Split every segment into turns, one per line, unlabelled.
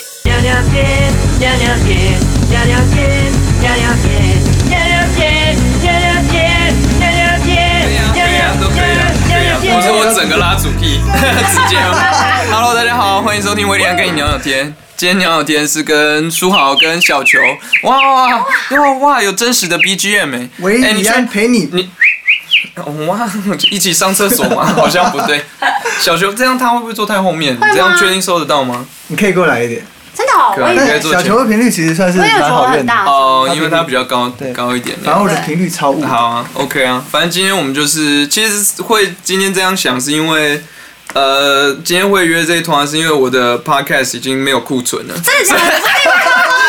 天，娘娘天，娘娘天，娘娘天，娘娘天，娘娘天，娘娘天，
对呀
娘娘天，
对呀都可以啊对呀
娘娘
我
天
说我整个拉主屁， 直接。Hello，大家好，欢迎收听威廉跟你聊聊天。今天聊聊天是跟书豪跟小球，哇哇哇哇哇，有真实的 BGM 哎、
喂，
哎、你
李安
看
陪你，
你。哇，一起上厕所吗？ 好像不对。小球这样他会不会坐太后面？你
吗
这样确定收得到吗？
你可以过来一点。
真的哦，
可
我以
应该
但
为
做
小球的频率其实算是
我有
蛮
觉得
好
很
认的，
大声，
哦
他，
因为
比你
他比较高
对
高一点。
反正我的频率超五。
好啊，OK 啊，反正今天我们就是，其实会今天这样想，是因为，呃，今天会约这一团，是因为我的 podcast 已经没有库存了，
真的假的？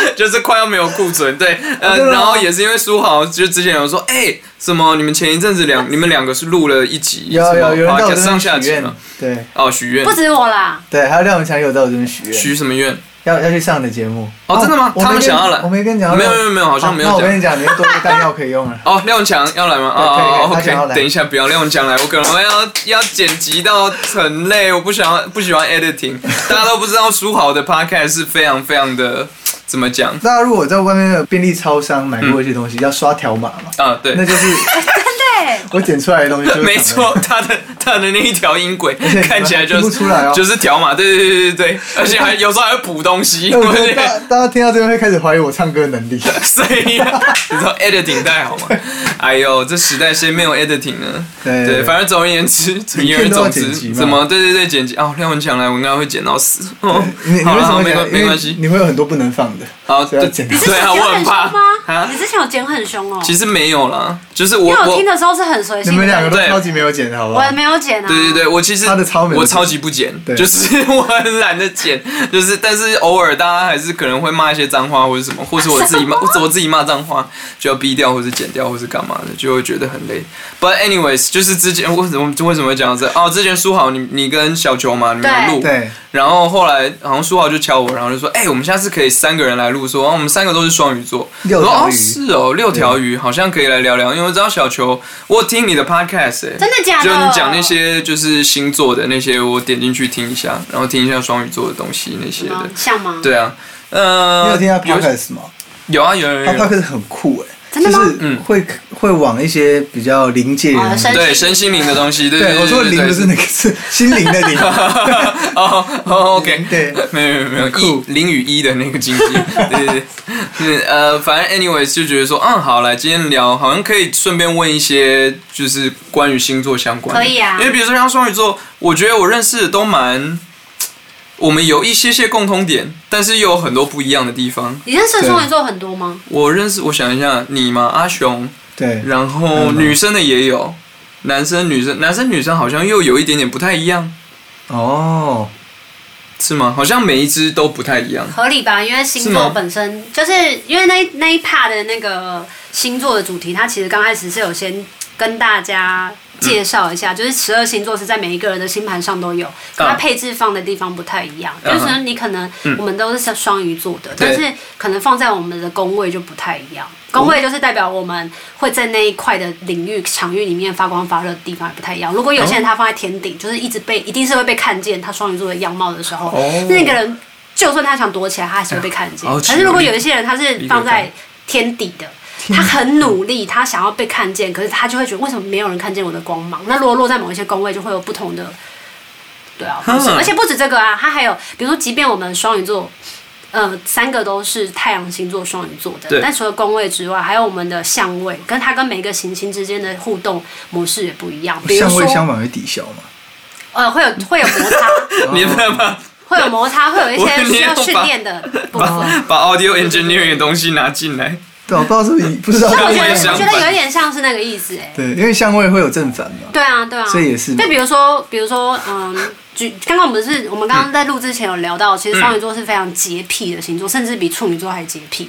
就是快要没有库存，对，呃，
真的吗
然后也是因为书豪，就之前有说，哎、什么你们前一阵子两，你们两个是录了一集，
有有有人到我
podcast
这
上
边
下
许
集
愿
吗？，
对
哦，许愿
不，止我啦，
对，还有廖永强有到我这边许愿，
许什么愿？
要要去上你的节目。
哦真的吗
我没
他们
跟
想要来
我没跟你讲，
没有没有没有，好像没有
那我
讲
跟。你讲，你又多一个弹药可以 用了。
哦，廖永强要来吗？
对可以
哦
可以他想要
，OK，
来
等一下，不要廖永强来，我可能要要剪辑到很累，我不想要不喜欢 editing。大家都不知道书豪的 podcast 是非常非常的怎么讲
大家如果在外面的便利超商买过一些
嗯
东西，要刷条码嘛，
啊？对
那，就是
对，
我剪出来的东西就是长那
没
样。
错，他的他的那一条音轨
而且
看起来就
听不
是
出来哦
就是条码，对对对对对，而且 还有时候还会补东西，
哎。我觉
对
得 大大家听到这边会开始怀疑我唱歌的能力。
所以你知道 editing 太好吗？哎呦，这时代谁没有 editing 呢？
对
对，反正总而言之，总
影
而
片都要
总
剪辑
之，
嘛
怎么对对对剪辑哦，廖文强来，我应该会剪到死。哦
你你，
好
为什
了，
么
没
讲
关
因为
没关系。
你会有很多不能放的。
好，
所以
对
要剪
你之
对
前
啊，
有
我
剪
很
很凶
怕
吗？
啊
你。之前有剪很凶哦，
其实没有啦，就是我
因为我
我
听的时候是很随
你
性
们两个
的，
都
对
超级没有剪的，好不
我
好
也？没有剪啊。
对对对，我其实
他的超美的
我超级不剪
对，
就是 我很懒得剪，就是但是偶尔大家还是可能会骂一些脏话或者什么，或是我自己 骂，或者我自己骂脏话就要逼掉，或是剪掉，或是干嘛的，就会觉得很累。But anyways，就是之前为什么为什么会讲到这？哦，之前书豪你你跟小球嘛，你们有录，
对，
然后后来好像书豪就敲我，然后就说：“哎、我们下次可以三个人来录，说、哦、我们三个都是双鱼座。”
六
我说：“
条
哦，
鱼
是哦，六条鱼好像可以来聊聊，因为我知道小球，我有听你的 podcast，、哎，
真的假的
就你讲那些就是星座的那些，我点进去听一下，然后听一下双鱼座的东西那些
什么
的。
嗯像吗？
对啊，呃，
你有听他 podcast 吗？
有啊有有
他
有有，
podcast 很酷哎，
真的吗
就是
嗯
会会往一些比较临界人
哦
物
深
对身心灵的东西，对
对，
对
我说的灵不是那
个。
个，是心灵的 灵。
哦哦，OK，
对
没有没有没有，一
酷
零与一的那个境界， 对对对，呃，反正 anyways 就觉得说，嗯，好，来今天聊，好像可以顺便问一些就是关于星座相关的，
可以啊
因为比如说像双鱼座，我觉得我认识的都蛮，我们有一些些共通点，但是又有很多不一样的地方。
你认识双鱼座很多吗？
我认识，我想一下，你嘛，阿雄，
对，
然后
嗯
女生的也有，男生女生，男生女生好像又有一点点不太一样，
哦，
是吗？好像每一只都不太一样。
合理吧，因为星
是吗
座本身就是因为那一那一 part 的那个星座的主题，它其实刚开始是有先跟大家介绍一
嗯
下，就是十二星座是在每一个人的星盘上都有，可它配置放的地方不太一样。
啊嗯
就是说你可能我们都是双鱼座
对
的，
哦
但是可能放在我们的宫位就不太一样。宫位就是代表我们会在那一块的领域、场域里面发光发热的地方也不太一样。如果有些人他放在天顶，就是一直被一定是会被看见他双鱼座的样貌的时候，
哦
那个人就算他想躲起来，他还是会被看见。
哎好
可是如果有一些人他是放在天底的。他很努力，他想要被看见，可是他就会觉得为什么没有人看见我的光芒？那如果落在某一些宫位，就会有不同的，对啊，方式
嗯
而且不止这个啊，他还有，比如说，即便我们双鱼座，呃，三个都是太阳星座双鱼座
对
的，但除了宫位之外，还有我们的相位，跟它跟每个行星之间的互动模式也不一样。比如
相位相
说，
反会抵消嘛？
呃，会有会有摩擦，
你没有办法
会有摩擦，会有一
我
些需要
没有
训
把
练的部分。
把把 audio engineering 的东西拿进来。
对，我不知道是不是不知道
但我
是
觉
不
得
是
相
我
反
觉得有一点像是那个意思哎、
对，因为相位会有正反嘛。
对啊，对啊，
这也是
就比如说，比如说，嗯，举刚刚我们是我们刚刚在录之前有聊到，其实双鱼座是非常洁癖的星座，甚至比处女座还洁癖。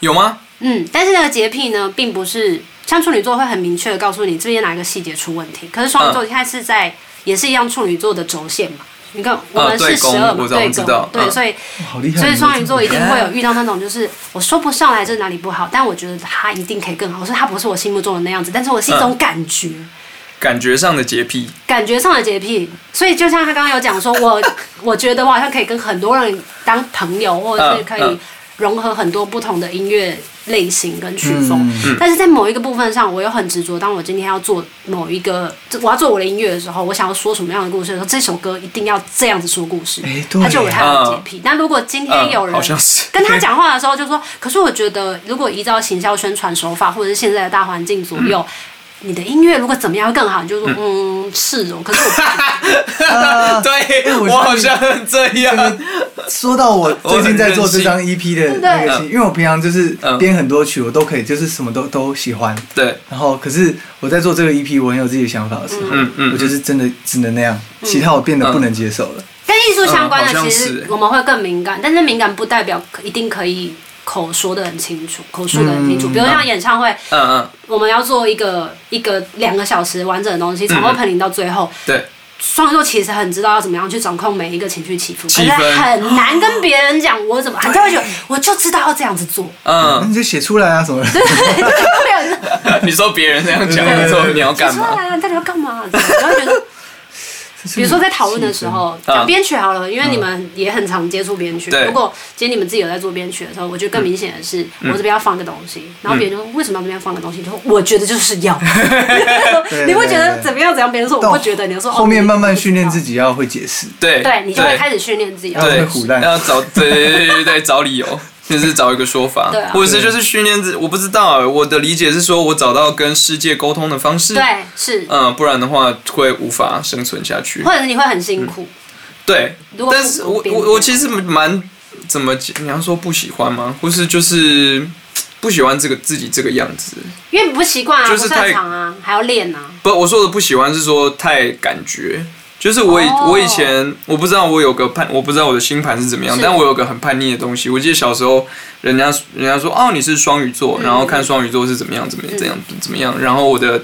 有吗？
嗯，但是那个洁癖呢，并不是像处女座会很明确的告诉你这边哪一个细节出问题，可是双鱼座它是在、也是一样处女座的轴线嘛。你看，我们
对
是十
宫
二
我
嘛，
知道我知道
宫，对，
嗯
所以
哇好厉害！
所以
你们
双鱼座一定会有
Yeah
遇到那种，就是我说不上来这哪
嗯
里不好，但我觉得他一定可以更好。我说他不是我心目中的那样子，但是我是一种感觉。
感觉上的洁癖，
感觉上的洁癖，所以就像他刚刚有讲说， 我我觉得我好像可以跟很多人当朋友，或者是可
嗯
以
嗯
融合很多不同的音乐类型跟曲风
嗯。
但是在某一个部分上，我又很执着。当我今天要做某一个，我要做我的音乐的时候，我想要说什么样的故事的时候，这首歌一定要这样子说故事
哎，对
它就有它的洁
嗯
癖。那如果今
嗯
天有人
好像是
跟他讲话的时候就说，可是我觉得如果依照行销宣传手法或者是现在的大环境左右。
嗯
你的音乐如果怎么样会更好，你就说嗯是哦，可是我
啊
对
我
我
觉得
好像这样，
说到 我最近在做这张 EP 的那个
对
戏，因为我平常就是
嗯
编很多曲，我都可以，就是什么都都喜欢。
对，
然后，可是我在做这个 EP，我很有自己的想法的时候，
嗯嗯
我就是真的只能那样，
嗯
其他我变得不能接受了。
跟艺术相关
嗯
的，
好像
其
是
实我们会更敏感，但是敏感不代表一定可以口说的很清楚，口述的很清楚。
嗯
比如像演唱会，
嗯嗯，
我们要做一个一个两个小时完整的东西，从
嗯
opening 到最后，
对，
双鱼座其实很知道要怎么样去掌控每一个情绪起伏，可
气
是
氛
很难跟别人讲我怎么，很多人就我就知道要这样子做，
那
嗯，
你就写出来啊什么的。
嗯 会有人说
你说别人那样讲，你说 你要干
出
嘛？
来啊，你到底要干嘛？然后觉得。 比如说在讨论的 时候，讲编曲好了，因为你们也很常接触编曲。
嗯对嗯
如果今天你们自己有在做编曲的时候，我觉得更明显的是，我这边要放个东西，然后别人就说为什么要这边放个东西？你就说我觉得就是要， 你会觉得怎么样怎样？别人说我不觉得，你就说
后面慢慢训练自
己，
己要会解释，
对，
对你就会
对
开始训练自己。
会
对，
唬烂
要找对对对对对找理由，就是找一个说法，
对啊
或者是就是训练自，我不知道欸，我的理解是说我找到跟世界沟通的方式，
对，是，
嗯，不然的话会无法生存下去
或，者是你会很辛苦。
嗯对
如，果
但是
不
我我我其实蛮怎么讲，你要说不喜欢吗？或是就是不喜欢这个自己这个样子，
因为你不习惯啊，
就
不
是
擅
太
长啊，还要练啊。
不，我说的不喜欢是说太感觉，就是我以、
哦
我以前我不知道我有个叛，我不知道我的星盘是怎么样，
是
但我有个很叛逆的东西。我记得小时候人家人家说哦你是双鱼座，
嗯
然后看双鱼座是怎么样怎么样怎样怎么样，然后我的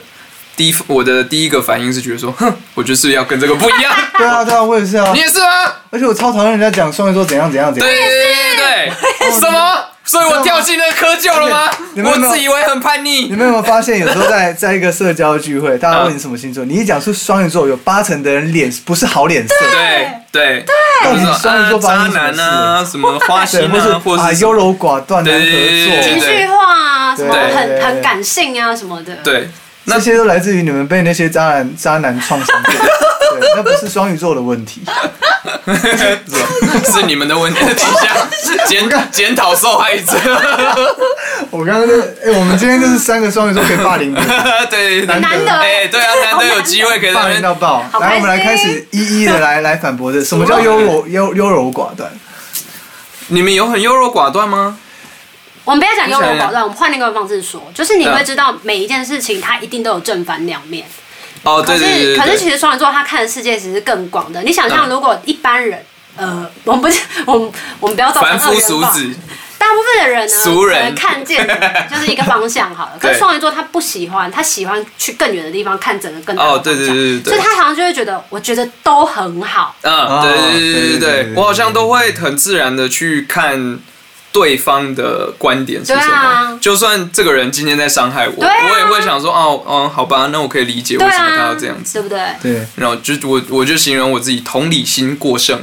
第一我的第一个反应是觉得说哼，我就是要跟这个不 一样。
对啊对啊，我也是啊
你，也是吗？
而且我超讨厌人家讲双鱼座怎样怎样怎
对
样，
对对对对，什么？所以我掉进那个窠臼了吗？
你们有没有
我自以为很叛逆
你。们有没有发现，有时候在 在一个社交聚会，大家问你什么星座，你一讲出双鱼座，有八成的人脸不是好脸色，
对对，
到底
就是说
双鱼座
啊
发生
渣
什么
男
事
啊，什么花心
对，或
啊，或
是啊
者
优柔寡断、难合
对
情
对
作，
对
绪化啊，什么
对
很
对
很感性啊，什么的。
对，
那些都来自于你们被那些渣男渣男创伤过，对，那不是双鱼座的问题。
是你们的问题。 等一下，检检讨受害者。
我刚刚就，哎，我们今天就是三个双鱼座可以霸凌你，
对，
难
难得
哎，对啊，难得有机会给他
霸凌
们。
到爆。
好开
来，我
心
们来开始一一的来来反驳这什么叫优柔优优柔寡断？
你们有很优柔寡断吗？
我们不要讲优柔寡断，我们换另一个方式说，就是你会知道每一件事情它一定都有正反两面。
哦，对
可是，
对对
可是
对
其
对，
实双鱼座他看的世界其实更广的。你想象，
嗯
如果一般人，呃，我们不是， 我们我们不要造成
凡
二
夫
元
俗
化。
子，
大部分的人呢，
俗人
可能看见的就是一个方向好 了。可是
对
双鱼座他不喜欢，他喜欢去更远的地方看整个更大的
哦对
方
对
向
对对对
所以他好像就会觉得，我觉得都很好。
嗯，对对对对对对，我好像都会很自然的去看。对方的观点是什
对
么
啊？
就算这个人今天在伤害我，
对啊
我也会想说，哦，哦，好吧，那我可以理解为
对
什么他要
啊，
这样子
对。不对？啊
对，
然后就我我就形容我自己同理心过 剩，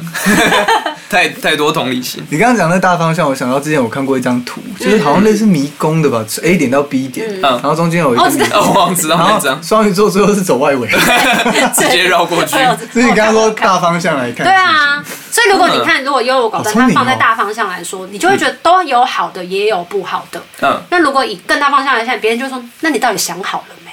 太太多同理心。
你刚刚讲的大方向，我想到之前我看过一张图，就是好像类似迷宫的吧，A 点到 B 点，然后中间有一个
哦知
迷
道
哦，
宫，
我好像知道那
然
张
后，双鱼座最后是走外围，
直接绕过 去
哎。呦
所以你刚刚说大方向来看，
对啊，所以如果你看，如果优柔寡断，
好聪
它
明哦
放在大方向来说，你就会觉得都有好的，也有不好的。
嗯，
那如果以更大方向来看，别人就说：“那你到底想好 了没？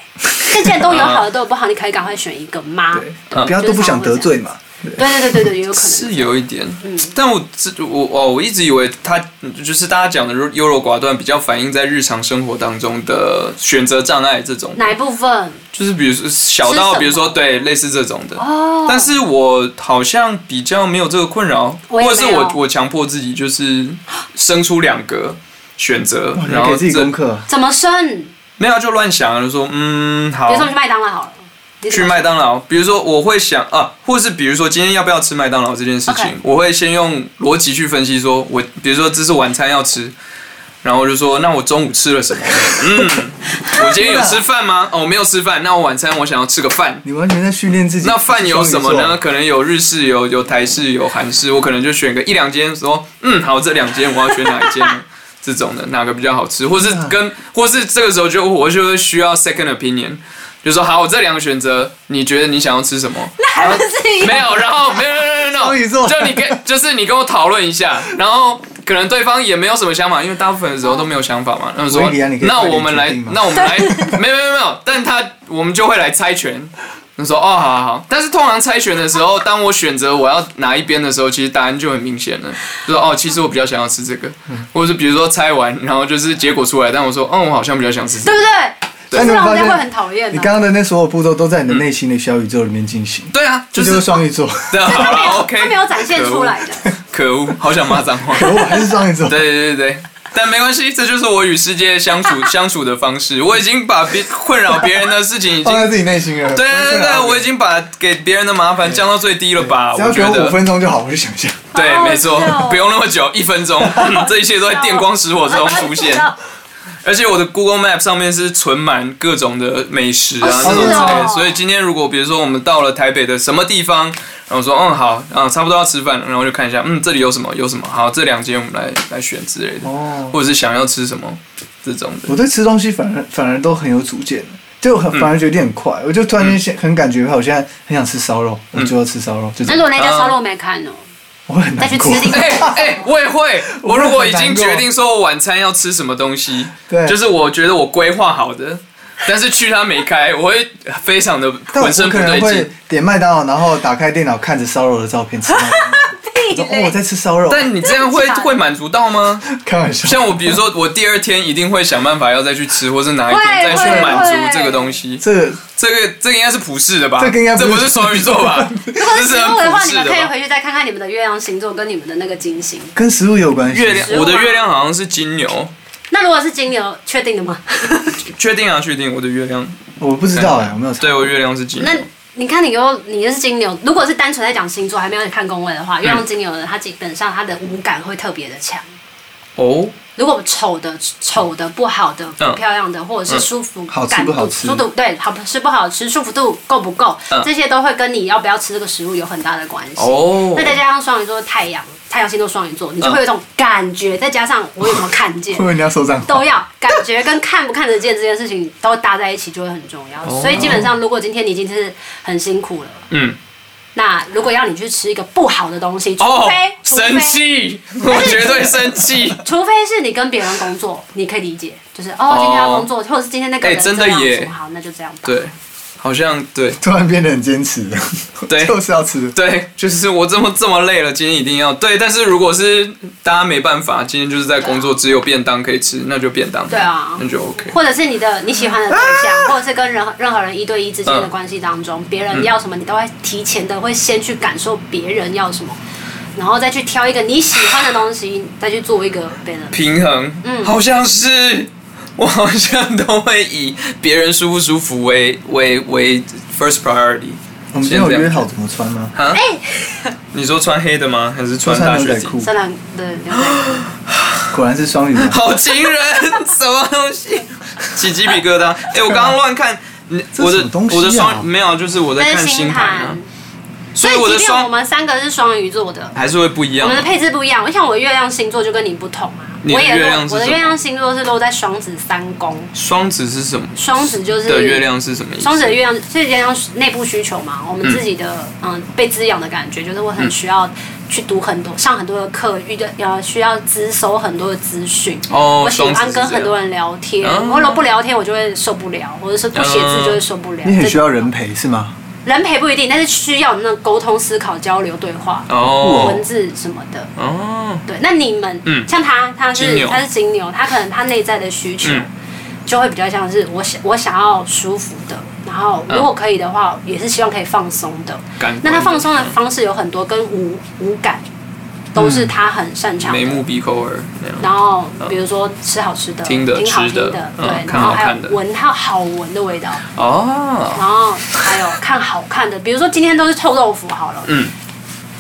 那既然都有好的，都有不好，你可以赶快选一个吗
是不是，对，不要都不想得罪嘛，？”
对对对对对，也有可能
是。有一点，
嗯
但我这我哦，我一直以为他就是大家讲的优柔寡断，比较反映在日常生活当中的选择障碍这种，
哪一部分？
就是比如说小
吃什
到
么
比如说对类似这种的。
哦，
但是我好像比较没有这个困扰，
我
或
也
者是
没有
我我强迫自己就是生出两个选择
哇，，你
然
还
后
给自己
这
功课啊，
怎么升？比
没有啊就乱想，就说嗯好
如，说去麦当劳好了，你怎
去
么
麦当劳。比如说我会想啊，或是比如说今天要不要吃麦当劳这件事情
OK
我会先用逻辑去分析说我比如说这是晚餐要吃，然后我就说那我中午吃了什么？ 嗯，我今天有吃饭吗？哦，我没有吃饭。那我晚餐我想要吃个饭。
你完全在训练自己。
那饭有什么呢？？可能有日式，有有台式，有韩式。我可能就选个一两间，说嗯好，这两间我要选哪一间呢？这种的哪个比较好吃，或是
嗯
跟或是这个时候就我就会需要 second opinion，就说好，我这两个选择，你觉得你想要吃什么？
还不是一样
没有，然后没有，没有，没有，
双
没
鱼
有，
座
就你跟就是你跟我讨论一下，然后可能对方也没有什么想法，因为大部分的时候都没有想法嘛。那说
维里安你可以
那
快点
我们来
决定吗，
那我们来，没有没有没有，但他我们就会来猜拳。你说哦，好好好，但是通常猜拳的时候，当我选择我要哪一边的时候，其实答案就很明显了，就说哦，其实我比较想要吃这个，或者是比如说猜完，然后就是结果出来，但我说嗯，我好像比较想吃这个
对。不对？
但
这
你
种
发
人
现
会很讨厌
你
的。
刚刚的那所有步骤都在你的内心的小宇宙里面进行，
对啊，
这
就
就是是双鱼座。
对啊
他没
好
有，
，OK，
他没有展现 出来的。
可恶，可恶，好想骂脏话。
可我还是双鱼座。
对对对对，但没关系，这就是我与世界相处相处的方式。我已经把别困扰别人的事情已经
放，在自己内心了。
对对对，我已
经
经把给别人的麻烦降到最低了吧？
只要
我
给
觉
我五
得。
分钟就好，我就想象。
对，
好好
没错
笑哦，
不用那么久，一分 钟，嗯这一切都在电光石火中出
哦
现。而且我的 Google Map 上面是存满各种的美食啊，
哦
那种之
是哦
类的。所以今天如果比如说我们到了台北的什么地方，然后说嗯好，啊差不多要吃饭了，然后就看一下，嗯这里有什么有什么，好这两间我们来来选之类的，
哦
或者是想要吃什么这种的。
我对吃东西反而反而都很有主见，就很反而决定很
嗯
快。我就突然间想很感觉到我现在很想吃烧肉，我就要吃烧肉，就这样
那 如果那家烧肉没看哦，
我会很难
再去吃
过。
另
哎哎、我也会。我如果已
我
经
会很难过
决定说我晚餐要吃什么东西，
对
就是我觉得我规划好的，但是去他没开，我会非常的
但我
浑身不
可能
对
会
劲。
点麦当劳，然后打开电脑看着 烧肉的照片吃麦当劳。我说哦，我在吃烧肉，
但你这样会
真的假的
会满足到吗？
开玩 笑。
像我，比如说我第二天一定会想办法要再去吃，或是哪一天
会
再去满
会
足这个东西。
这个
这个这个应该是普世的吧？
这个应该不
这
是
不是双鱼座 吧？
如果
这
是食
是很
物的
普
话，你
世
们
的
可以
吧？
回去再看看你们的月亮星座跟你们的那个金星。
跟食物有关系。
月亮
食，物
我的
吗
月亮好像是金牛，
那如果是金牛，确定的吗？
确定啊，确定，我的月亮
我不知道哎，我没有查。
对我月亮是金牛
那。你看，你给我，你就是金牛。如果是单纯在讲星座，还没有看宫位的话，月
嗯
亮金牛的他基本上他的五感会特别的强。
哦，
如果丑的、丑的、不好的、不
嗯
漂亮的，或者是舒服
好吃
感
不好
度、
吃
舒服对好吃不好吃、舒服度够不够
嗯，
这些都会跟你要不要吃这个食物有很大的关系。
哦
那再加上双鱼座太阳，太阳星座双鱼座，你就
嗯
会有一种感觉，再加上我有没有看见
会不，会你要手掌？
都要感觉跟看不看得见这件事情都搭在一起，就会很重要。
哦
所以基本上，如果今天你已经是很辛苦了，
嗯，
那如果要你去吃一个不好的东西，除
哦
非，除
生
非
气， 我绝对生气。
除非是你跟别人工作，你可以理解，就是哦，今天要工作，或者是今天那个
哎
人
真的
这样
耶
子好，那就这样吧。
对，好像对
突然变得很坚持，
对
就是要吃。
对，就是我这么这么累了，今天一定要对。但是如果是大家没办法，今天就是在工作，只有便当可以吃，那就便当。
啊对啊
那就 OK。
或者是你的你喜欢的对 象，或者是跟任何任何人一对一之间的关系当
嗯
中，别人要什么，你都会提前的会先去感受别人要什么，然后再去挑一个你喜欢的东西，再去做一个别人。
平衡，嗯，好像是我好像都会以别人舒不舒服为为为 first priority。
我们今天有约好怎么穿吗？
啊？
哎
你说穿黑的吗？还是
都
穿大
穿牛
学
仔
底？
裤，
真的对，牛仔裤
果然是双鱼 男。
好情人，什么东西？起鸡皮疙瘩。哎、我刚刚乱看，你
这
我
是什
的
么东西啊
我的双没有，就是我在
但
看
是
星
星
盘啊
盘，，
所以我
即
的
便我
双
们三个是双鱼座的，
还是会不一样
我们。的配置不一样。我想我的月亮星座就跟你不同啊，
你的
我也
月
落
亮是
我的
什么
月亮星座是落在双子三宫，
双子是什么？
双子就是
的月。亮是什么意思？
双子的月亮是月亮内部需求嘛，我们自己的嗯被滋养的感觉，就是我很需要去读很多、上很多的课，遇到要需要资收很多的资讯。
哦，
我喜
双子
欢
是这
跟
样
很多人聊天，
嗯
我如果不聊天，我就会受不了，或者是不写字就会受不了。
你很需要
这种
人陪是吗？
人陪不一定，但是需要有那种沟通、思考、交流、对话、文
哦
字什么的。
哦，
对，那你们，
嗯
像他，他
金
是
牛
他是金牛，他可能他内在的需求
嗯
就会比较像是我想我想要舒服的，然后
嗯
如果可以的话，也是希望可以放松的。
感官
那他放松的方式有很多，跟无无感都是他很擅长
嗯眉目
的。
鼻口耳那样。
然后比如说吃好吃的，
听的
好
吃
听
的
的，
嗯
对，
看
然后
好
还
看的
有闻到好闻的味道，
哦，
然后还有看好看的，比如说今天都是臭豆腐好了，
嗯，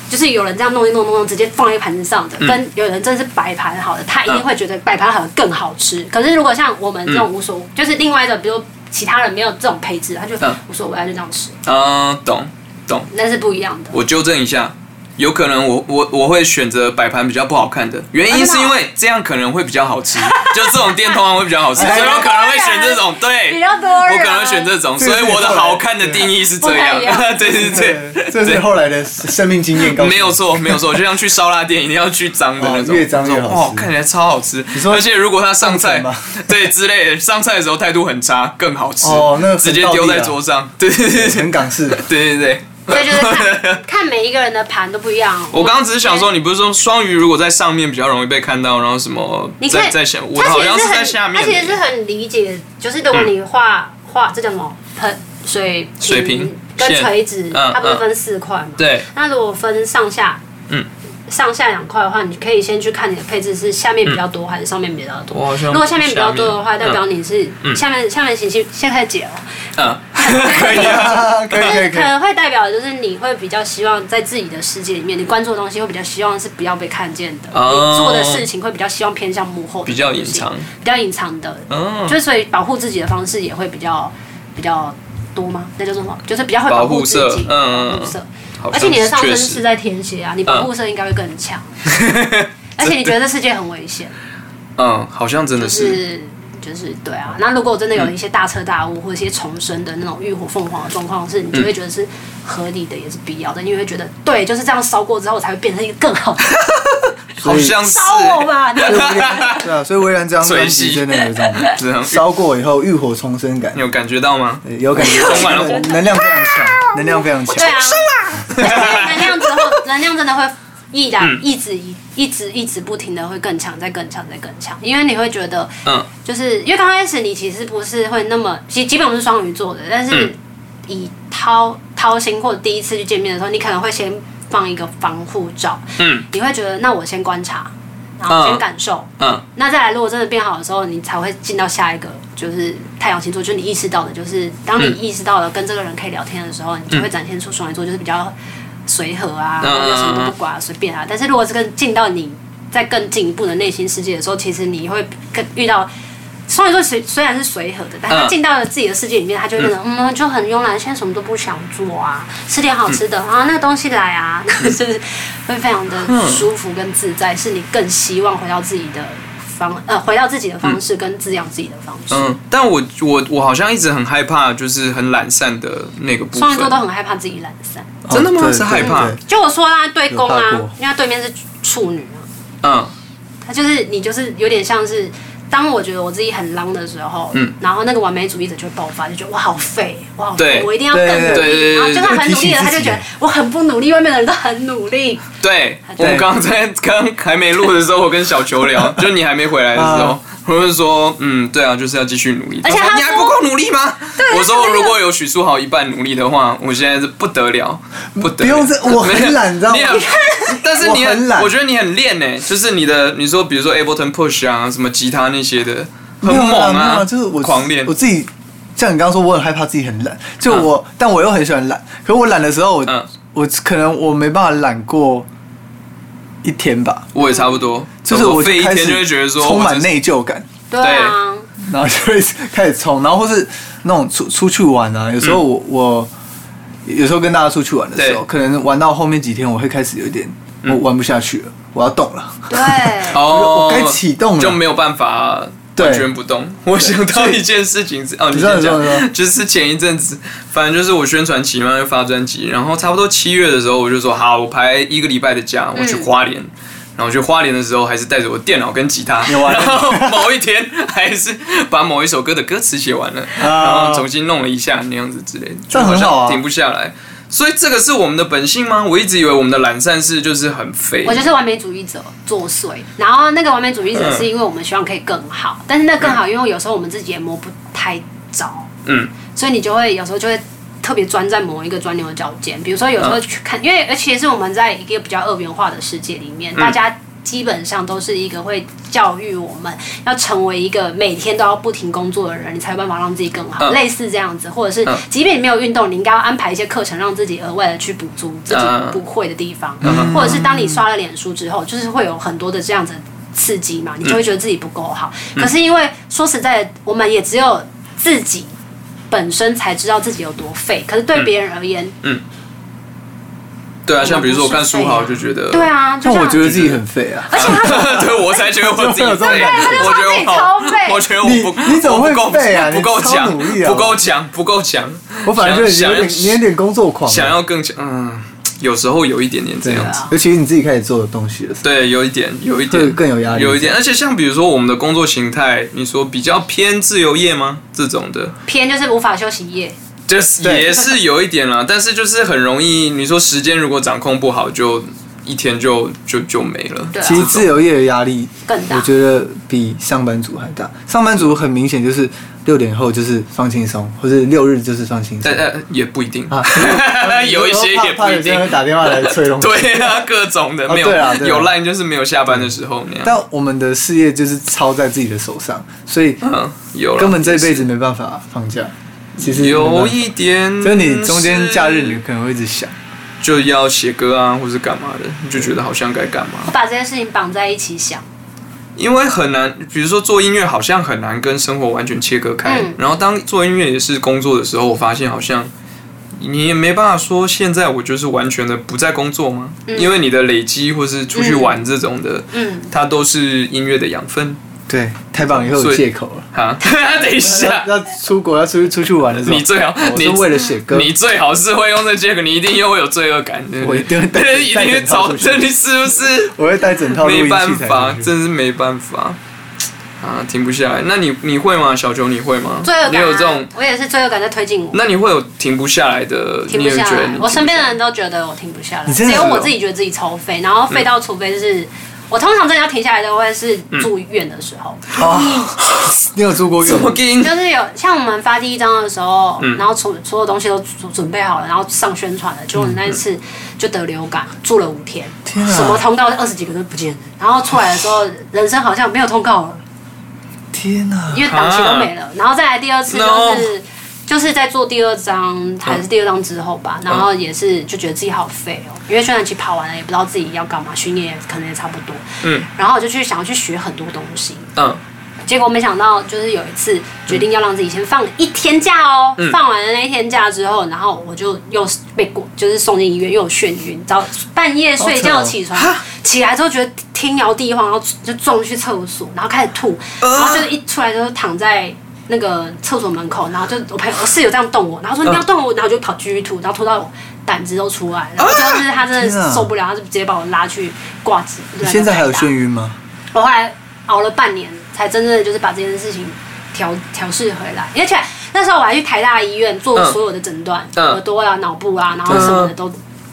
就是有人这样弄一弄弄弄，直接放在盘子上的，
嗯
跟有人真的是摆盘好的，他一定
嗯
会觉得摆盘好的更好吃。可是如果像我们这种无所，就是另外一种，比如其他人没有这种配置，他就
嗯
无所谓，他就这样吃，
嗯，懂懂。
那是不一样的。
我纠正一下，有可能我我我会选择摆盘比较不好看的，原因是因为这样可能会比较好吃， 就这种店通常会比较好吃，所以我可能会选这种，对，
比较多
我
人，
可能会选这种，所以我的好看的定义是这
不太一样
对对 对
对， 这是后来的生命经验告诉我。
没有错，没有错，就像去烧腊店，一定要去脏的那种，
哦越脏越好吃
哦，看起来超好吃。
说
而且如果他上菜
上层吗，
对之类的，上菜的时候态度很差，更好吃。
哦那个很
直接丢在桌上。 对对对对
很 港式的，
对对对。
所以就是看啊看每一个人的盘都不一样。 哦
我刚刚只是想说，你不是说双鱼如果在上面比较容易被看到，然后什么
你看
在在下，我
他
好
其实
像
是
是
很，
在下面
他其实是
的。嗯
很理解，就是如果你画画这叫什么盆水平
水平
跟
线
垂直，
嗯
它不是
嗯
分四块嘛？
对，
那如果分上下，
嗯，
上下两块的话，你可以先去看你的配置是下面比较多还是上面比较
我
多。
好像
如果下面比较多的话，
下面
代表你是下面下面行星现在开 始解了，哦
嗯，可以啊，
可以可以
可
可以。
能会代表就是你会比较希望在自己的世界里面，你关注的东西会比较希望是不要被看见的，
哦
你做的事情会比较希望偏向幕后的东西，
比较隐藏
比较隐藏的，
嗯，
就是所以保护自己的方式也会比较比较多吗？那叫做什么？就是比较会
保
护
护
自
色
己，，
嗯
保护，色。
好像
而且你的上
确
身
实嗯
是在天蝎啊，你保护色应该会更 强。而且你觉得这世界很危险，
嗯，好像真的是，
是就是对啊。那如果真的有一些大彻大悟或者一些重生的那种浴火凤凰的状况是，你就
嗯
会觉得是合理的，也是必要的，因为会觉得对，就是这样烧过之后，我才会变成一个更好的。
好像是
烧我吧，你
对啊，所以微蓝这张专
水
辑
系
真的有一种
这样
烧过以后浴火重生 感
你，有感觉到吗？
对有感觉，
充满了火
能量非常强，能量非常强。
对啊，而且能量之后，能量真的会毅然、
嗯
一直一一直一直不停的会更强，再更强，再更强，因为你会觉得，
嗯，
就是因为刚开始你其实不是会那么，其基本我们是双鱼座的，但是
嗯
以掏掏心或者第一次去见面的时候，你可能会先放一个防护罩，
嗯
你会觉得那我先观察，然后先
嗯
感受，
嗯，
那再来，如果真的变好的时候，你才会进到下一个，就是太阳星座，就是你意识到的，就是当你
嗯
意识到了跟这个人可以聊天的时候，你就会展现出双鱼座就是比较随和啊，
嗯
然后什么都不管啊，随便啊。但是如果是跟进到你在更进一步的内心世界的时候，其实你会更遇到。双鱼座虽虽然是随和的，但他
嗯
进到了自己的世界里面，他就会变得嗯就很慵懒，现在什么都不想做啊，吃点好吃的、
嗯
啊，那个东西来 啊，就是会非常的舒服跟自在，是你更希望回到自己的方呃，回到自己的方
嗯
式跟滋养自己的方式。
嗯，但我我我好像一直很害怕，就是很懒散的那个部
双鱼座都
分。
很害怕自己懒散，
哦
真的吗
对
是害怕
对对
就我说啦，对宫啊
有怕过，
因为他对面是处女啊，
嗯
他就是你就是有点像是。当我觉得我自己很浪的时候，
嗯
然后那个完美主义者就会爆发，就觉得我好废，我好
对
废，我一定要更努力。
对
对对对
然后就算很努力了，
会提醒自己
他就觉得我很不努力，外面的人都很努力。，
对，我
对
们刚刚在刚还没录的时候，我跟小球 聊，就你还没回来的时候
啊，
我就说，嗯，对啊，就是要继续努力。
而且
他说
他
你还
说
不够努力吗？我
他
说
说那个
如果有许书豪一半努力的话，我现在是不得了，不得了。
不 用这我很懒
你
你知道吗
很 但是你
我很懒
我觉得你很练呢，就是你的，你说比如说 Ableton Push 啊，什么吉他那些的，很
没有
猛
啦没有
啊，
啦就是我
狂练啊
我。自己。像你刚刚说，我很害怕自己很懒，就我，但我又很喜欢懒。可我懒的时候，我、
嗯，
我可能我没办法懒过一天吧，
我也差不多，
就是我
飞一
开
天
始
就会觉得说
充满
我就是
内疚感，
对啊，
然后就会开始冲，然后或是那种出出去玩啊，有时候我、我有时候跟大家出去玩的时
嗯对
候，
嗯
可能玩到后面几天，我会开始有一点我玩不下去了，我要动了。
对，
哦，
我该启动了
就没有办法
对
完全不动。我想到一件事情是，哦，你
你知道
先
你知道你知
讲，就是前一阵子，反正就是我宣传期嘛，就发专辑，然后差不多七月的时候，我就说好，我排一个礼拜的假，我去花莲。然后我去花莲的时候，还是带着我电脑跟吉他，
玩
然后某一天还是把某一首歌的歌词写完了，然后重新弄了一下那样子之类的，
啊这样很好啊
就像停不下来。所以这个是我们的本性吗？我一直以为我们的懒散是就是很废，
我就是完美主义者作祟，然后那个完美主义者
嗯
是因为我们希望可以更好，但是那更好，因为有时候我们自己也摸不太着，
嗯，
所以你就会有时候就会特别钻在某一个钻
嗯嗯
牛角尖。比如说有时候去看，因为而且是我们在一个比较二元化的世界里面，大家基本上都是一个会教育我们要成为一个每天都要不停工作的人，你才有办法让自己更好，
嗯
类似这样子，或者是
嗯
即便你没有运动，你应该要安排一些课程，让自己额外的去补足自己
嗯嗯嗯
不会的地方，
嗯
或者是当你刷了脸书之后，就是会有很多的这样子的刺激嘛，你就会觉得自己不够好。
嗯
可是因为说实在的，我们也只有自己本身才知道自己有多废，可是对别人而言，
对啊，像比如说我看书豪
我
就
们
觉得，
对，啊，就
但
像
我觉得自己很废啊。
而且 他啊
对我才觉得我自己
真的
废，
他就
我觉得
说自
我
己超
好
废
我觉得我
你
不，
你怎
我
么
不
会
够
废 啊
不够
你超
强
努力，啊
不够强，不够强。
我反正觉得你
想
有点，你有点工作狂啊。
想要更强，嗯，有时候有一点点这
对
样
啊
子。
尤其是你自己开始做的东西的时候，
对，有一点，有一
会
点
更有压力
有一点。而且像比如说我们的工作形态，你说比较偏自由业吗？这种的，
偏就是无法休息夜，
就是
对
也是有一点啦，但是就是很容易，你说时间如果掌控不好，就一天就就就没了。
对啊
其实自由业的压力
更大
我觉得比上班族还大。上班族很明显就是六点后就是放轻松，或者六日就是放轻松
但。但呃也不一定，
啊
有一些也
怕
不
怕
一
有些人会
定。
打电话来催东 西。
对啊，各种的
哦
没有
对啊对啊
有 line 就是没有下班的时候那样。
但我们的事业就是操在自己的手上，所以
嗯，有啦
根本这辈子没办法放假。其实没办
有
法
一点，
就是你中间假日你可能会一直想，
就要写歌啊，或是干嘛的，你就觉得好像该干嘛
我。把这件事情绑在一起想，
因为很难，比如说做音乐好像很难跟生活完全切割开。
嗯
然后当做音乐也是工作的时候，我发现好像你也没办法说现在我就是完全的不在工作吗？因为你的累积或是出去玩这种的，
嗯，
它都是音乐的养分
对，太棒以后
所
有
以
借口了。
哈， 等一下。
要要出国要出去出去玩的时候，
啊你最好，
我
你
是为了写歌，
你最好是会用这借口，你一定又会有罪恶感，对不对
我一定会带
一定 会
带
找，
着他出去
这你是不 是？
我会带整套录音
没
器材
办
出去
法，真是没办法啊，停不下来。那你你会吗？小球你会吗？
罪恶感、啊，
你有这种？
我也是罪恶感在推进我，
那你会有停不下来的？
停
你
不
也
下
觉得
来
你。
我身边的
停
人都觉得我停不下来，
你
只
真的
有
是哦
我自己觉得自己超废，然后废到除非是。我通常真的要停下来的会是住院的时候，
啊！你有住过
不下来，怎
院
么
吗？
给你
就是有像我们发第一章的时候，
嗯
然后所所有东西都准准备好了，然后上宣传了，结果那一次就得流感，住了五天，
嗯天啊
什么通告二十几个都不见了，然后出来的时候，人生好像没有通告了。
天哪！
因为档期都没
啊
了，然后再来第二次就是。就是在做第二张还是第二张之后
嗯
吧，然后也是就觉得自己好废哦，因为宣传期跑完了，也不知道自己要干嘛，巡演也可能也差不多。
嗯，
然后我就去想要去学很多东西，
嗯
结果没想到就是有一次决定要让自己先放一天假哦，
嗯
放完了那一天假之后，然后我就又被过就是送进医院，又有眩晕，早半夜睡觉起
哦
床，起来之后觉得天摇地晃，然后就撞去厕所，然后开始吐，
呃
然后就是一出来之后躺在。那个厕所门口，然后就我朋友我室友这样动我，然
呃
后说你不要动我，然后我就跑继续吐，然后吐到我胆汁都出来，然后最后就是他真
天啊
的受不了，他就直接把我拉去挂急。
你现在还有
对
眩晕吗？
我后来熬了半年，才真正的就是把这件事情调调试回来。而且那时候我还去台大医院做所有的诊断，
嗯
耳朵啊、脑部啊，然后什么的都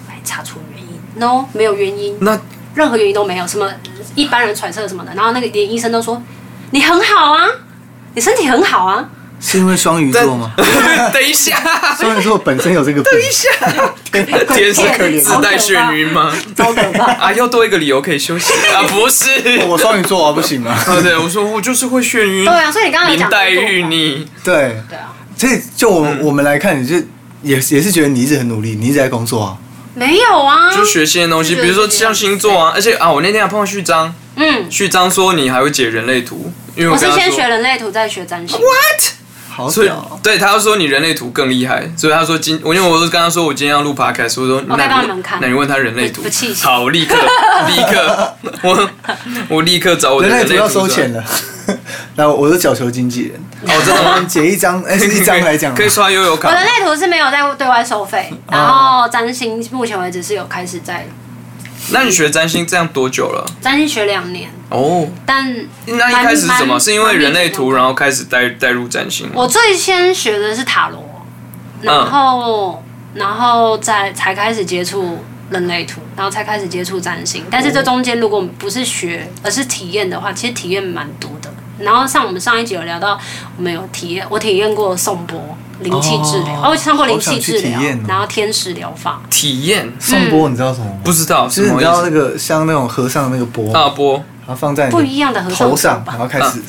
还查出原因。No，没有原因，
那
任何原因都没有，什么一般人揣测什么的。然后那个连医生都说你很好啊，你身体很好啊。
是因为双鱼座吗？
等一 下，
双鱼座本身有这个病。
天
好可
是
怜
啊
自带眩晕吗？
超可怕！
啊，又多一个理由可以休息啊？不是，
我双鱼座啊，不行 啊。
啊，对，我说我就是会眩晕。
对啊，所以你刚刚有
林
讲
黛嗯玉
过嘛
你
对，
对啊，
所以就我我们来看，你就也也是觉得你一直很努力，你一直在工作啊。
没有啊，
就学新的东西，
就
比
觉得
如说
自己很
像星座啊，而且啊，我那天还碰到序章，
嗯，
序章说你还会解人类图，因为
我
跟
是
他
先
说
学人类图，再学占星。
好
所以
屌哦！
对他说你人类图更厉害，所以他说今我因为我是跟他说我今天要录 podcast，我说那
我再帮你
问
们看
那你问他人类图
不气，
好，我立刻立刻我我立刻找我的
人类
人
图
类啊
要
出
收
来
钱，了。 然后我是脚球经纪 人，
哦，真的
我
吗？
们解一张，哎，是一张来讲吗
可以刷悠游
我
卡
的，类图是没有在对外收费，
嗯
然后占星目前为止是有开始在
那你学占星这样多久了？
占星学两年，
哦，
但
那一开始是什
蛮
么？
蛮
是因为人类
蛮密
图，
集的
然后开始带带入占星吗？
我最先学的是塔罗，然
嗯
后、然后再才开始接触人类图，然后才开始接触占星。但是这中间如果不是学，而是体验的话，其实体验蛮多的。然后像我们上一集有聊到，我们有体验，我体验过颂钵，灵气治疗，
哦
哦，我上过灵
好
气
想去
治
体
疗
验哦，
然后天使疗法，
体验
送波你知道什么吗？
嗯不知道
就
什
是你
么
知道那
意思。
个像那种和尚那个钵，
大波
然后放在你
不一样的和尚
头上，
吧嗯
然后开始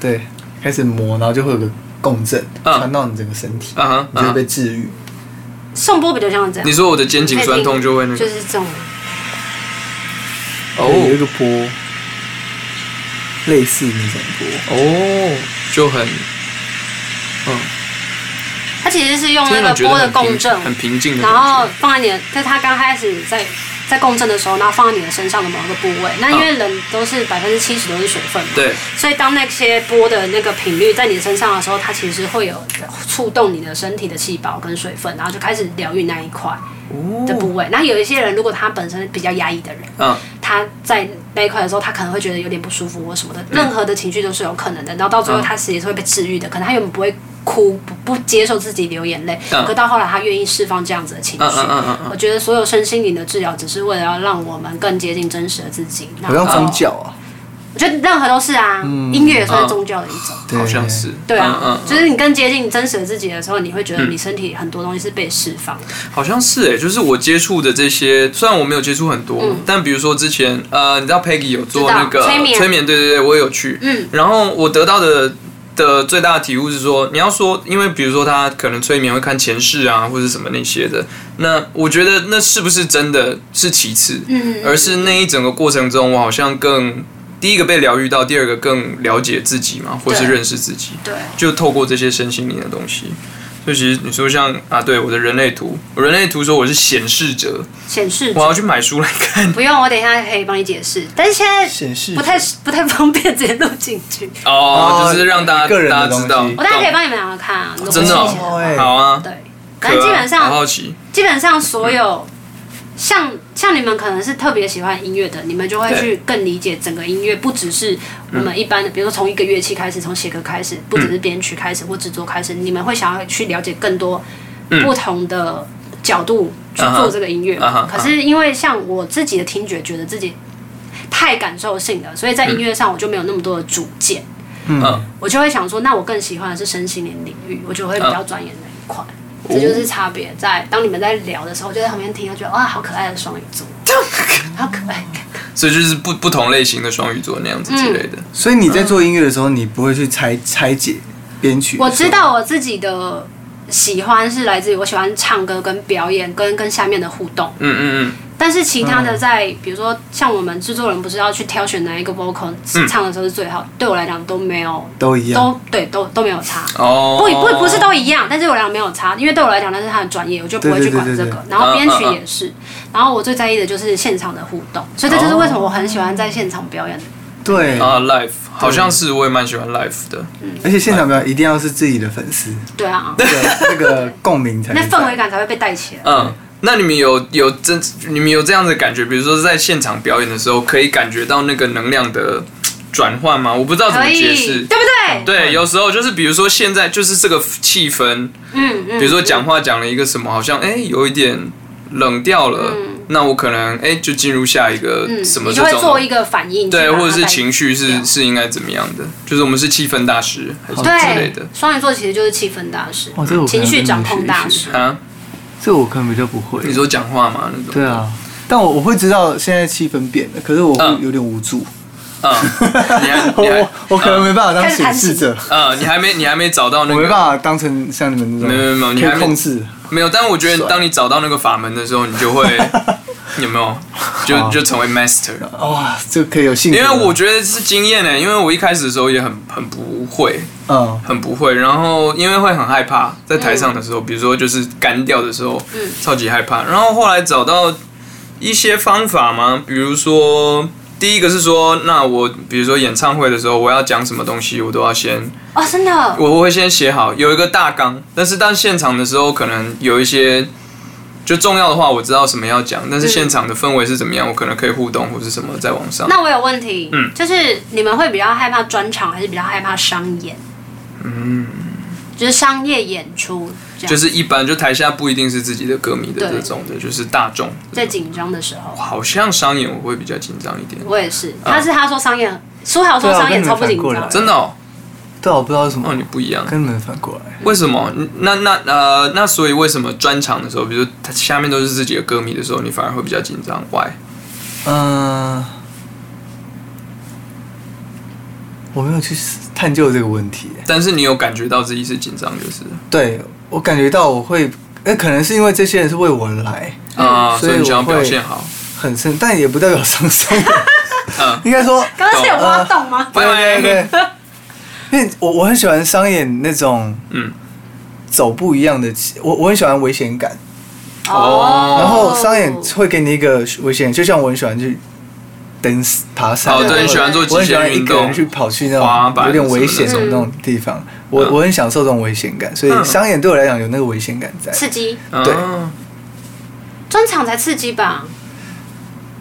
对开始磨，然后就会有个共振
嗯
传到你整个身体，
啊哈
你
啊
就会
哈
被！治愈。
送波比较像这样
你，说我的肩颈酸痛就会那
就
个
是这种，
对有一
哦
个波，类似那种
嗯
波，
哦，就很嗯，
它其实是用那
真
个
的觉得
波的
很
共
平
振，
很平静的
然
感觉。
后放在你的，在它刚开始在在共振的时候，然后放在你的身上的某个部位。那因为人都是百分之七十都是水分嘛，
对，
所以当那些波的那个频率在你身上的时候，它其实会有呃触动你的身体的细胞跟水分，然后就开始疗愈那一块的部位。那有一些人，如果他本身比较压抑的人，
嗯，
他在那一块的时候，他可能会觉得有点不舒服或什么的，任何的情绪都是有可能的。然后到最后，
嗯
他其实也是会被治愈的，可能他原本不会哭，不不接受自己流眼泪，
嗯
可到后来他愿意释放这样子的情绪。
嗯嗯嗯嗯嗯
我觉得所有身心灵的治疗，只是为了要让我们更接近真实的自己。
好像
然后
宗，教啊，
嗯我觉得任何都是啊，音乐也算是宗教的一种。
对
好像是。
对啊，
嗯嗯，
就是你更接近真实的自己的时候，你会觉得你身体很多东西是被释放的。
好像是哎，就是我接触的这些，虽然我没有接触很多，但比如说之前呃，你知道 Peggy 有做
嗯知道
那个
催眠
对对对，我也有去。
嗯，
然后我得到的的最大的体悟是说，你要说，因为比如说他可能催眠会看前世啊，或者什么那些的，那我觉得那是不是真的是其次，
嗯
而是那一整个过程中，我好像更第一个被疗愈到，第二个更了解自己嘛，或是
对
认识自己，
对，
就透过这些身心灵的东西。所以其实你说像啊，对我的人类图，我人类图说我是显示者，
显示
我要去买书来看。
不用，我等一下可以帮你解释。但是现在
显示
不太 不太方便直接录进去，
哦，
哦
就是让大家
个人的
大家知道
东西，
我大概可以帮你们两个看啊。如果
真的哦
是以前话
哎
好啊，
对，反正基
可
本
啊好嗯
上
好奇，
基本上所有。像像你们可能是特别喜欢音乐的，你们就会
对嗯
去更理解整个音乐，不只是我们一般的，比如说从一个乐器开始，从写歌开始，不只是编曲开始或制作开始，你们会想要去了解更多
嗯
不同的角度去
啊哈
做这个音乐
啊哈
嘛。可是因为像我自己的听觉，觉得自己太感受性了，所以在音乐上我就没有那么多的主见，
嗯
嗯，
我就会想说，那我更喜欢的是身心灵领域，我就会比较钻研那一块。
哦
这就是差别在当你们在聊的时候，我就在旁边听，就觉得哇，好可爱的双鱼 座，好可爱。
所以就是不不同类型的双鱼座那样子
嗯
之类的。
所以你在做音乐的时候，你不会去拆拆解编曲。
我知，道我自己的喜欢是来自于我喜欢唱歌、跟表演、跟跟下面的互动。
嗯嗯
但是其他的在，比如说像我们制作人不是要去挑选哪一个 vocal 唱的时候是最好，对我来讲都没有，
都一样。
都对都都没有差。
嗯，哦，
不不不是都一样，但是我俩没有差，因为对我来讲那是他的专业，我就不会去管
对
这
对对
个
对。
然后编曲也
啊
是，然后我最在意的就是现场的互动，所以这就是为什么我很喜欢在现场表演。
对，
啊，life 好像是我也蛮喜欢 life 的，
而且现场表演一定要是自己的粉丝，
对啊，
那 个那个共鸣才
那
能
氛围感才会被带起来。
嗯。那你们有有真你们有这样的感觉，比如说在现场表演的时候，可以感觉到那个能量的转换吗？我不知道怎么
可
解
以，
释
对不。对？
对，有时候就是比如说现在就是这个气氛，
嗯嗯。
比如说讲话讲了一个什么，好像哎、有一点冷掉了，那我可能哎、就进入下一个
嗯，
什么
你
这
就会
种
做一个反应，
对，
去把它
或者是
带
情绪是是应该怎么样的？就是我们是气氛大师还是之类
对
的，
双鱼座其实就是气氛大师
哦哇这个，我可能
情绪掌控大
真的学
师
一。
啊？
这我可能比较不会。
你说讲话嘛那种？
对啊，但我我会知道现在气氛变了，可是我
嗯
会有点无助，
嗯， 你还嗯你还
我我可能没办法当
开始
显
弹
示
琴
者，
呃，你还没你还没找到那
我
个
没办法当成像你们这种，
没有没有你还
可以
没
控制。
没有，但我觉得当你找到那个法门的时候，你 就会有没有就
好
就成为 master。
哇，这可以有幸 福
因
了。
为我觉得是经验欸呢，因为我一开始的时候也很很不会，
嗯，
很不会，然后因为会很害怕，在台上的时候，比如说就是干掉的时候，超级害怕。然后后来找到一些方法嘛，比如说第一个是说，那我比如说演唱会的时候，我要讲什么东西，我都要先，
哦，真的，
我会先写好，有一个大纲。但是当现场的时候，可能有一些就重要的话，我知道什么要讲，但是现场的氛围是怎么样，我可能可以互动或是什么在网上。
那我有问题，
嗯
就是你们会比较害怕专场，还是比较害怕商演？嗯，就是商业演出这样，
就是一般就台下不一定是自己的歌迷的这种的，就是大众
在紧张的时候，啊
好像商演我会比较紧张一点，
我也是。他是他说商演，苏豪说商演超不紧
啊对啊我跟你们反过
张
来，
真的、哦。
对啊，我不知道为什么
哦，，你不一样。
跟你们反过来。
为什么？那那呃，那所以为什么专场的时候，比如说他下面都是自己的歌迷的时候，你反而会比较紧张？Why？
嗯，我没有去探究这个问题。
但是你有感觉到自己是紧张，就是
对我感觉到我会，哎，可能是因为这些人是为我而来，
嗯
啊、
所
所
以
以你想要
我会
表现好。
很深，但也不代表 上松。
嗯，
应该说，
刚刚是有挖洞吗？
拜
对
拜。
对，因为我我很喜欢商演那种
嗯，
走不一样的棋，我我很喜欢危险感。
哦
然后商演会给你一个危险，就像我很喜欢去登爬山，
哦对
或者
你喜欢做极
我很喜
限
欢一
运
个
动
人去跑去那
滑
种
板
有点危险
什
的
么
那
那种
种地方，我
嗯
我很享受这种危险感，所
嗯
以商演对我来讲有那个危险感在，
刺激，
对
啊
专场才刺激吧？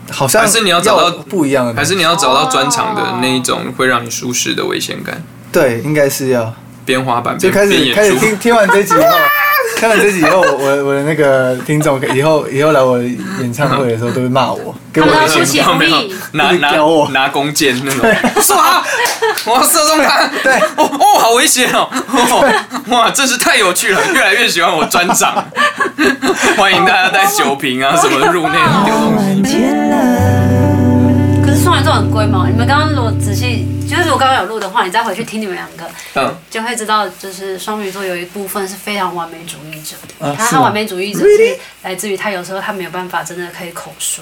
好像
还是你要找到
不一样的东
还
西，
是你要找到专场
哦
的那一种会让你舒适的危险感，
对，应该是要
边滑板
就
边
开
边
始开始
演
听
出。
听完这集以 后。
啊
看完这集以后，我我我的那个听众以后以后来我演唱会的时候都会骂我，给我
他
一
们要
些
出血
没有
力
拿
一直
拿
叼我
拿弓箭那 种，射他，我要射中他，对，哦哦，好危险哦，哦哇，真是太有趣了，越来越喜欢我专长，欢迎大家带酒瓶啊什么入内丢东西，
可是双鱼座很龟毛，你们刚刚如果仔细，就是如果刚刚有录的话，你再回去听你们两个，
嗯，
就会知道，就是双鱼座有一部分是非常完美主义者的。
啊
他
是
他
吗
完美主义者是来自于他有时候他没有办法真的可以口述，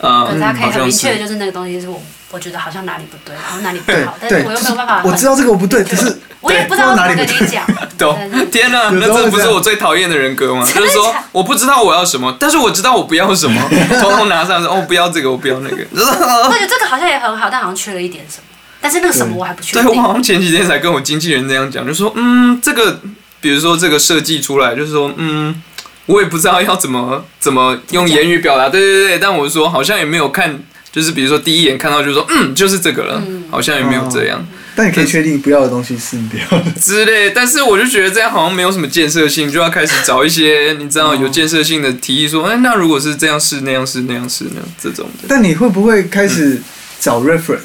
嗯，
可是他可以
好
很
像
明确
嗯
的
是，
就是那个东西是我我觉得好像哪里不对，然后哪里不
对
好，但是
对，
我又没有办
就
法
是
很。
我知道这个我不对，可是
我也
对
不知道
哪里
怎么
不
跟
对。
你讲。
懂？天哪，
有
那
时候
这
会
不是
这样
我最讨厌的人 格吗？
真
就
的
是说
假的
我不知道我要什么，但是我知道我不要 什么，统统拿上来说，哦，不要这个，我不要那个，
我觉得这个好像也很好，但好像缺了一点什么。但是那个什么我还不确
啊对
定。
我好像前几天才跟我经纪人那样讲，就说嗯，这个比如说这个设计出来，就是说嗯，我也不知道要怎么怎么用言语表达，对对对，但我说好像也没有看，就是比如说第一眼看到就说嗯，就是这个了，好像也没有这样、
但你可以确定不要的东西是你不 要的。
之类，但是我就觉得这样好像没有什么建设性，就要开始找一些你知道有建设性的提议说，哎，那如果是这样是那样是那样是那样这种的，
但你会不会开始
嗯
找 reference？、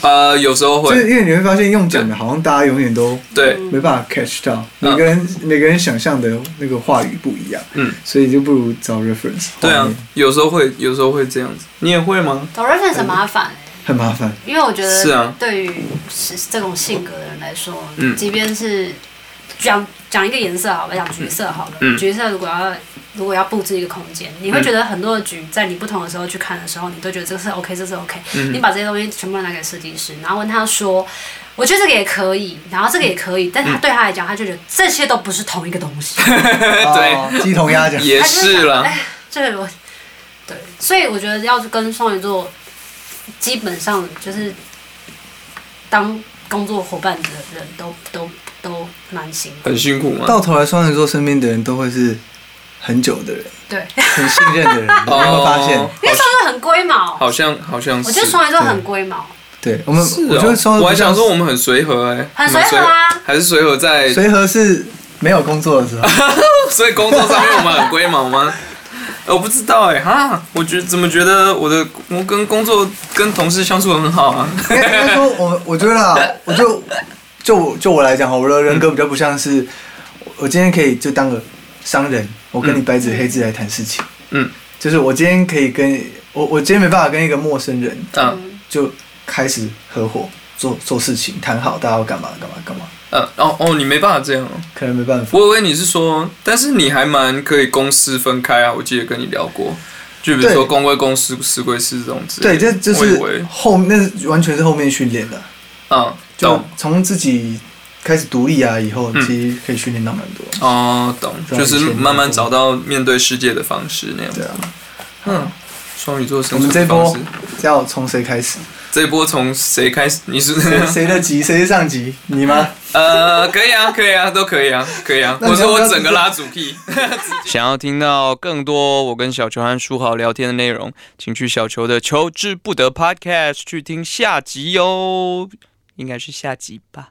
呃，有时候
就是
会
因为你会发现用讲的，好像大家永远都
对，
没办法 catch 到，
嗯
每个人每个人想象的那个话语不一样，
嗯，
所以就不如找 reference。
对啊，有时候会有时候会这样子，你也会吗？
找 reference 很麻烦、
很麻 烦。
因为我觉
嗯是
得
啊
对于是这种性格的人来说，
嗯
即便是讲讲一个颜色好了，讲橘色好了，
嗯
橘色如果要如果要布置一个空间，你会
嗯
觉得很多的局在你不同的时候去看的时候，你都觉得这个是 OK，这是 OK，、
嗯
你把这些东西全部拿给设计师，然后问他说。我觉得这个也可以，然后这个也可以，但
嗯
他对他来讲，他就觉得这些都不是同一个东西。
对
哦鸡同鸭 讲。
也
他就是想
啦。
哎这个我对，所以我觉得要跟双鱼座基本上就是当工作伙伴的人都都都蛮辛苦。
很辛苦吗？
到头来，双鱼座身边的人都会是很久 的人，
对，
很信任的人。你有没有发现
哦？
因为双鱼座很龟毛，
好像好像是，
我觉得双鱼座很龟毛，
对我们，
是哦
我觉得双鱼
我
座
还想说我们很随和哎，
很
我们
随和啊
还是随和在，
随和是没有工作的时候，
所以工作上面我们很龟毛吗？呃我不知道哎、哈，我觉怎么觉得我的我跟工作跟同事相处得很好 啊？
应该应该说，我我觉得啊，我就就我就我来讲哈，我的人格比较不像是，我今天可以就当个商人，我跟你白纸黑字来谈事情，
嗯
就是我今天可以跟我我今天没办法跟一个陌生人
嗯
就开始合伙做做事情，谈好大家要干嘛干嘛干嘛，
嗯，哦哦，你没办法这样哦。
可能没办法。
我以为你是说，但是你还蛮可以公私分开啊，我记得跟你聊过，就比如说
对
公归公，私私归私这种之类
对，
的。
这就
我以
是
为
后那是完全是后面训练的，
嗯，
就
懂
从自己开始独立啊以后，
嗯
其实可以训练到蛮多。
哦，懂，
对
就是
以前
慢慢找到面对世界的方式那样子
对。啊，
嗯，双鱼座
我
生
们
存
这
的
一
方
波
式。
要从谁 开始？
这一波从谁开始？ 你是
谁谁的级，谁是上级？你吗？
呃，可以啊，可以啊，都可以啊，可以啊。
那你
我
要
说
不要
我整
直接
个拉主 key。想 要听到更多我跟小球和书豪聊天的内容，请去小球的求之不得 Podcast 去听下集哟，应该是下集吧。